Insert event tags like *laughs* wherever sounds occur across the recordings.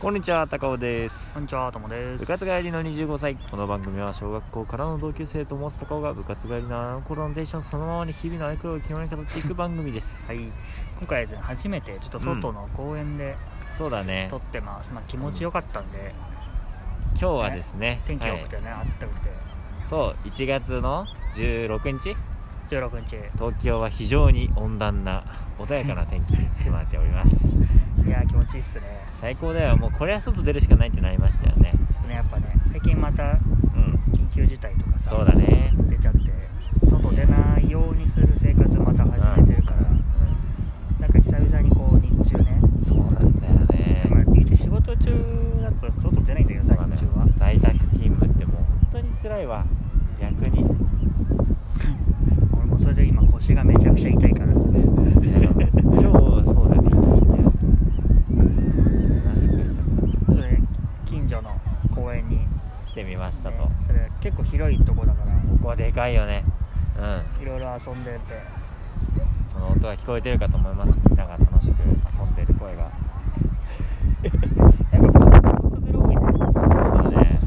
こんにちは高尾ですこんにちは、ともで部す。活帰りの25歳この番組は小学校からの同級生と思ってた子が部活帰りのあの頃のテンションそのままに日々のアイクロを気まに語っていく番組ですはい、今回はですね、初めてちょっと外の公園でそうだね撮ってます。まあ、気持ちよかったんで、今日はですね天気良くはてね、あったくて。いそう1月の16日16日、東京は非常に温暖な穏やかな天気に包まれております *laughs* いやー、気持ちいいっすね。最高だよもうこれは外出るしかないってなりましたよねちょっとね、やっぱね、最近またうん緊急事態とかさ、そうだね出ちゃって、外出ないようにする生活また始めてるから、なんか久々にこう、日中ね、そうなんだよねまあ、言うて仕事中だと外出ないんだけど、最まあね近中は。在宅勤務ってもう本当に辛いわ逆に俺もそれで今、腰がめちゃくちゃ痛いから。今日そうだね痛いんだよ。なぜか痛くなってきた来それ近所の公園に、ね、てみましそたれと。こ結構広いとこだからこはでかいよね。うん。いろいろ遊んでてこの音が聞こえてるかと思います。みんなが楽しく遊んでる声が。やっぱ家族連れ多いね、そうだね。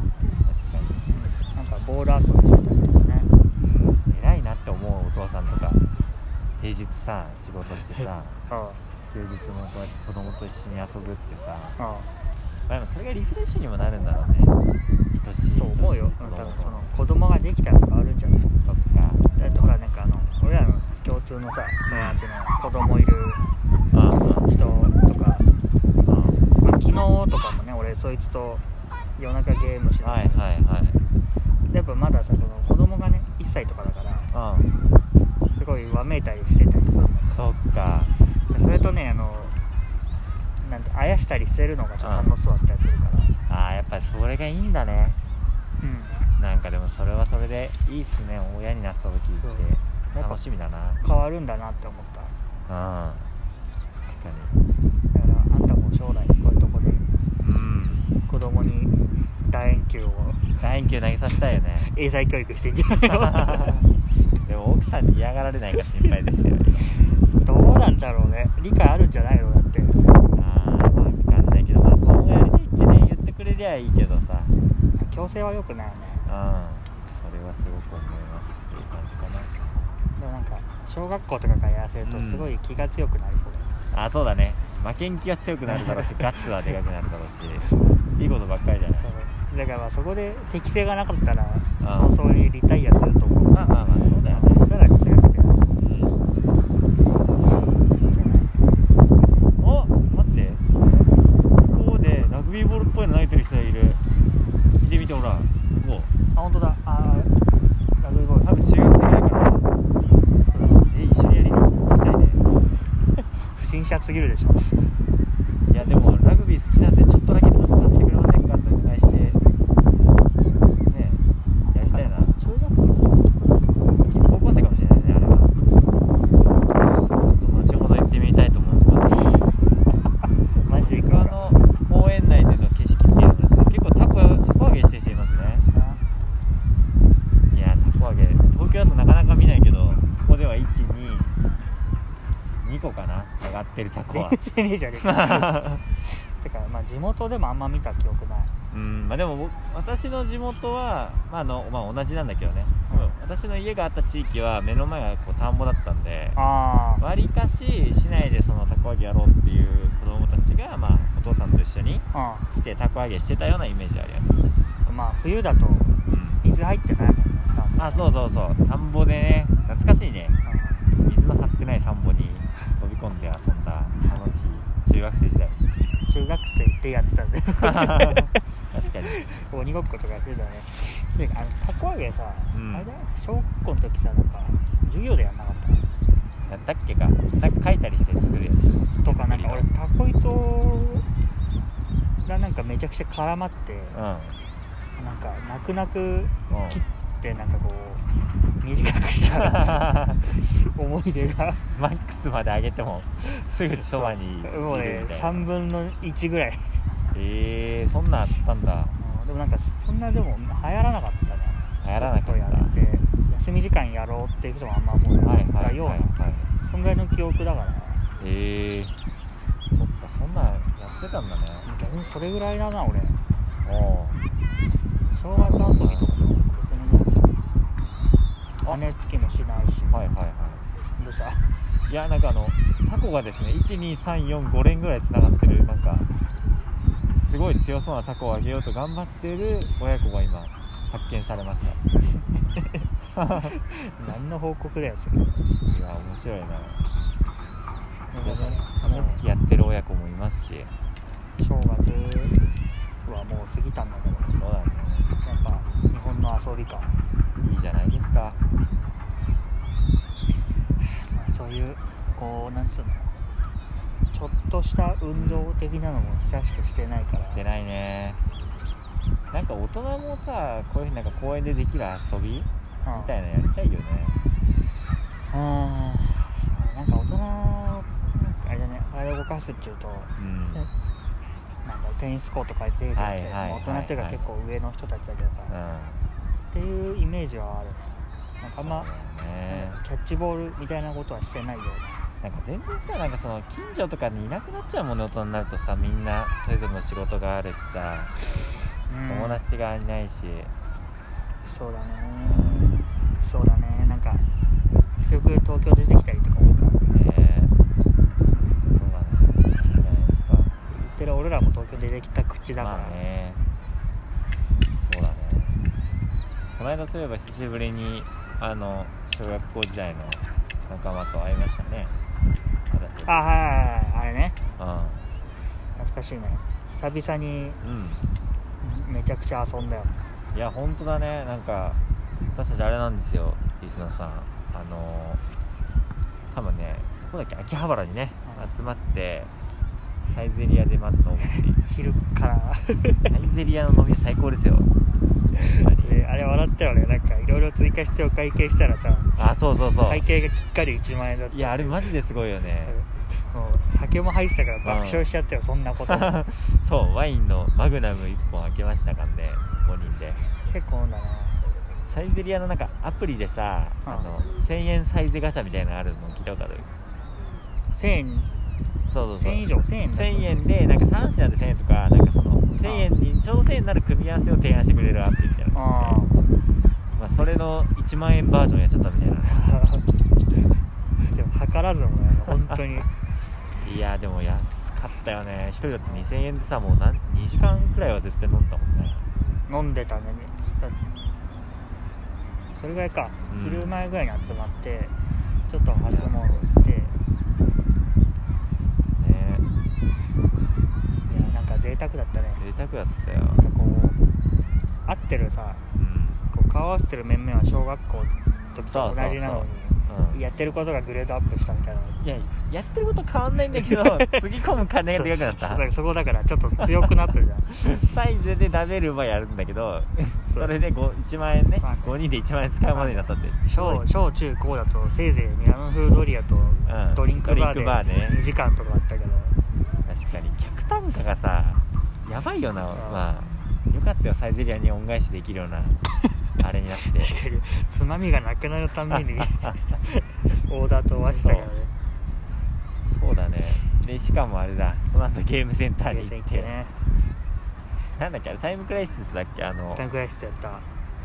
なんかボール遊びしてたりとかね確かに。偉いなって思うお父さんとか。平日さ、仕事してさ、あ休日もこうやって子供と一緒に遊ぶってさ、ああまあ、でもそれがリフレッシュにもなるんだろうね。愛しい。あと思うよ愛しい多子供分とその子供ができたのがあるんじゃないそっか。だってほらなんかあの俺らの共通のさ友達の子供いるあ人とか、あ、ああ。まあ、昨日とかもね俺そいつと夜中ゲームしてた、はいはいはいやっぱまださこの子供がね1歳とかだからうんすごいわめいたりしてたりさそっかそれとねあのなんてあやしたりしてるのがちょっと楽しそうだったりするからあーやっぱりそれがいいんだねうんなんかでもそれはそれでいいっすね親になった時そうってやっぱ楽しみだなうん変わるんだなって思った確かだからあんたも将来こういうとこでにうん子供に楕円球を楕円球投げさせたいよ *laughs* ね英才教育してんじゃないの *laughs* でも奥さんに嫌がられないか心配ですよねどうなんだろうね理解あるんじゃないのだってああわかんないけどまあ今後やりたいってね言ってくれりゃいいけどさうん強制は良くないよねそれはすごく思いますっていう感じかなでもなんか小学校とかからやらせるとうんすごい気が強くなりそうだね、あそうだね負けん気が強くなるだろうしガッツはでかくなるだろうしいいことばっかりじゃないそうだからまあそこで適性がなかったらああ早々にリタイアすると思うまあまあまあそうだよねそしたら強くていいんじゃないお待って向こうでラグビーボールっぽいの投げてる人がいる見て見てほらここあ本当だあーラグビーボール多分中学生ぐらいかなえ一緒にやりに行きたいね不審者すぎるでしょいやでもラグビー好きなんでちょっとだけパスさせてくれませんかってお願いしてねやりたいな中学生の高校生かもしれないねあれはちょっと後ほど行ってみたいと思いますマジで行くあのかの公園内での景色っていうのはですね結構たこたこ揚げしてる人いますねいやたこ揚げ東京だとなかなか見ないけどここでは122個かな上がってるたこは全然ねえじゃ *laughs* ねえかてかまあ地元でもあんま見た記憶ないうんまあでも僕私の地元は、まああのまあ、同じなんだけどね、うん私の家があった地域は目の前がこう田んぼだったんであわりかし市内でそのたこ揚げやろうっていう子供たちが、まあ、お父さんと一緒にあ来てたこ揚げしてたようなイメージあります、うんまあ冬だと水入ってないもんね多分あそうそうそう田んぼでね懐かしいね水の張ってない田んぼに飛び込んで遊んだあの日中学生時代うん中学生ってやってたんで *laughs* 確かに鬼ごっことかやってたねであのたこ揚げさ、うんあれだよ小学校の時さなんか授業でやんなかったやったっけかなんか書いたりして作るやつとかなんか俺たこ糸がなんかめちゃくちゃ絡まって、なんか泣く泣くうん切ってなんかこう短くした思い出 *laughs* がうんマックスまで上げてもすぐそばにいるみたいなもうね3分の1ぐらいえー、そんなんあったんだうんでもなんかそんなでも流行らなかったね流行らなちかょっったとやって休み時間やろうっていう人もあんまもうはいいなかっはたいようはないはいそんぐらいの記憶だからえー、そっかそんなんやってたんだね逆にそれぐらいだな俺おお正月遊びとか別にもう羽根つきもしないし、はいはいはどうしたいいやなんかあのタコがですね12345連ぐらいつながってるなんかすごい強そうなタコをあげようと頑張ってる親子が今発見されました *laughs* 何の報告だよそれいや面白いな羽根つきやってる親子もいますし正月はもう過ぎたんだけどそうだねやっぱ日本の遊びか、いいじゃないですかまあそういうこうなんつうのちょっとした運動的なのも久しくしてないからしてないねなんか大人もさこういうふうになんか公園でできる遊びみうんたいなのやりたいよねあーなんか大人あれだね体を動かすっていうとうんなんかテニスコート借りてテニスやって、はいはいはいはい大人っていうか結構上の人たちだけどうさ、っていうイメージはあるなんかあんんま、そうだよねキャッチボールみたいなことはしてないよなんか全然さなんかその近所とかにいなくなっちゃうもんね大人になるとさみんなそれぞれの仕事があるしさうん友達がいないし、そうだねそうだねなんか結局東京出てきたりとか多いから言ねそうだねいいじゃないですかってる俺らも東京出てきた口だから、まあねそうだねこの間そういえば久しぶりにあの小学校時代の仲間と会いましたね私あはいはいはいあれねあ懐かしいね久々にうんうんめちゃくちゃ遊んだよいや本当だねなんか私たちあれなんですよリスナーさんあのー多分ねどこだっけ秋葉原にねうん集まってサイゼリアでまず飲むっていう昼から *laughs* サイゼリアの飲み最高ですよ本当にであれ笑ったよねなんかいろいろ追加してお会計したらさあそうそうそう会計がきっかり1万円だったいやあれマジですごいよねもう酒も入ってたから爆笑しちゃったよ、そんなこと *laughs* *laughs* そうワインのマグナム1本開けましたからね5人で結構飲んだなサイゼリアのなんかアプリでさ、うんあの1000円サイズガチャみたいなのあるの聞いたことある1000円そうそうそう1000円以上1000円だと1000円でなんか3品で1000円とかなんかその1000円にちょうど1000円になる組み合わせを提案してくれるアプリみたいなのがああってまあ、それの1万円バージョンやっちゃったみたいなあでも計らずもね本当にいやでも安かったよね1人だって2000円でさもうなん2時間くらいは絶対飲んだもんね飲んでたのにだってそれぐらいか、うん昼前ぐらいに集まってちょっと初詣していやねなんか贅沢だったね贅沢だったよなんかこう会ってるさうんこう顔合わせてる面々は小学校の時そうそとうそう同じなのにうんやってることがグレードアップしたみたいないややってること変わんないんだけ *laughs* どつぎ込む金がでかくそうなだっからそこだからちょっと強くなったじゃんたサイズで食べるはやるんだけどそうそれでご1万円ねまあね5人で1万円使うまでになったって小小中高だとせいぜいミラノフードリアとんドリンクバドリンクバーーねで2時間とかあったけど、確かに客単価がさやばいよなまあよかったよサイゼリアに恩返しできるよう *laughs* なあれになって *laughs* 確かにつまみがなくなるためにオーダーとお味だからねそうだねでしかもあれだその後ゲームセンターにゲーセン行行っっててねなんだっけあれタイムクライシスだっけあのタイムクライシスやった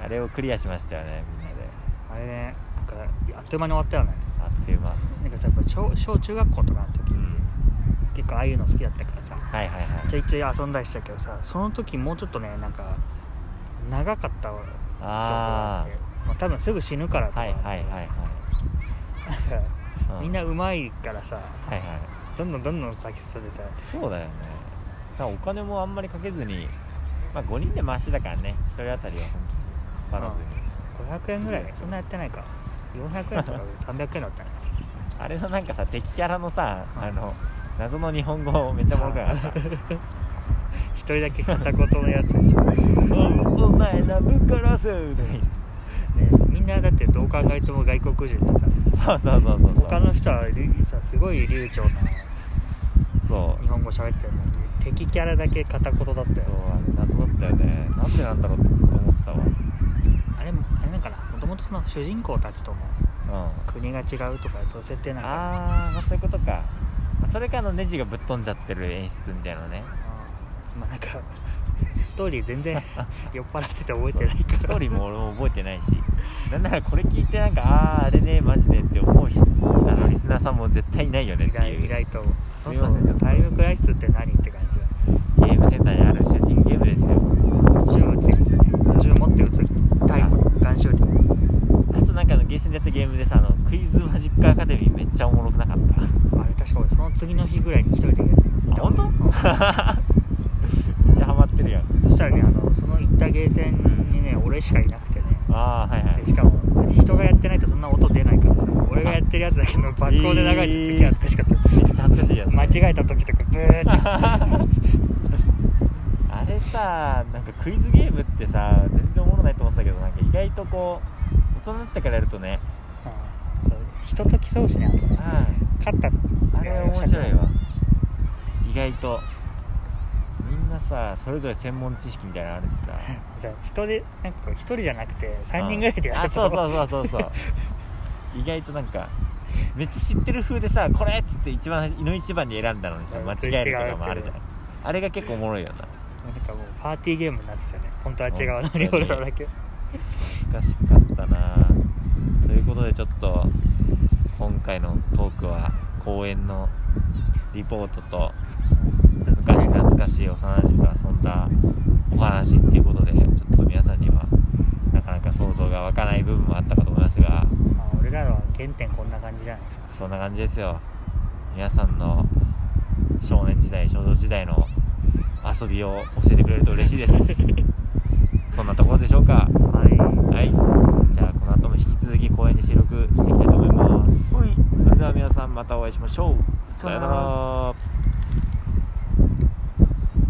あれをクリアしましたよねみんなであれねなんかあっという間に終わったよねあっという間なんかさやっぱ小小中学校とかの時、うん結構ああいうの好きだったからさはいはいはいちょいちょい遊んだりしたけどさその時もうちょっとねなんか長かったわあ記憶があってまあ、多分すぐ死ぬからとあか、はいはいはいはい、うみんなうまいからさはいはいどんどんどんどん先進んでさそうだよねだからお金もあんまりかけずにまあ5人で回してだからね1人当たりは本当にかからずに、 500円ぐらいそんなやってないか400円と *laughs* か300円だったねあれのなんかさ敵キャラのさ、うんあの謎の日本語めっちゃおもろくなかった一人だけ片言のやつでしょ、ね、おお前らぶっ殺すみたいなみんなだってどう考えても外国人でさそうそうそうそうそう他の人はりさすごい流暢なそう日本語喋ってるのに敵キャラだけ片言だったそうよあれ謎だったよねなんでなんだろうってずっと思ってたわあれあれなんかなもともとその主人公たちともうん国が違うとかそういう設定なんかああそういうことか、まあそれかあのネジがぶっ飛んじゃってる演出みたいなのねまあなんかストーリー全然 *laughs* 酔っ払ってて覚えてないからストーリーも俺も覚えてないしなんならこれ聞いてなんかあああれねマジでって思う人あのリスナーさんも絶対いないよねっ意てい外う意外とそうすいそませんちょっうとタイムクライシスって何って感じゲームセンターにあるシューティングゲームですよ銃撃つやつね銃持って撃つタイガンシューティングあとなんかあのゲーセンでやったゲームでさあのクイズマジックアカデミーめっちゃおもろくなかったあれ確か俺その次の日ぐらいに一人でやったあ本当 *laughs* めっちゃハマってるやんそしたらねあのその行ったゲーセンにね俺しかいなくてねああはいはいでしかも人がやってないとそんな音出ないからさ俺がやってるやつだけの爆音で流れてる時恥ずかしかった、めっちゃ恥ずかしいやつ間違えた時とかブ *laughs* ーってあれさなんかクイズゲームってさ全然おもろないと思ってたけどなんか意外とこう大人になってからやるとねうんそうひとときそうしねあとねあ勝ったああれ面白いわ意外とみんなさそれぞれ専門知識みたいなのあるしさそう人でなんかこう一人じゃなくて3人ぐらいでやあるとそうそうそうそうそう意外となんかめっちゃ知ってる風でさこれっつって一番いの一番に選んだのにさそう間違えるとかもあるじゃ違うっていうんあれが結構おもろいよななんかもうパーティーゲームになってたね本当は違うのに俺らだけ難しかったなということでちょっと今回のトークは公演のリポートとちょっと昔懐かしい幼馴染が遊んだお話っていうことでちょっと皆さんにはなかなか想像が湧かない部分もあったかと思いますがまあ俺らは原点こんな感じじゃないですかそんな感じですよ皆さんの少年時代少女時代の遊びを教えてくれると嬉しい *laughs* ですそんなところでしょうかはいはい、じゃあこの後も引き続き公演で収録していきたいと思います。それでは皆さんまたお会いしましょう。さようなさようなら。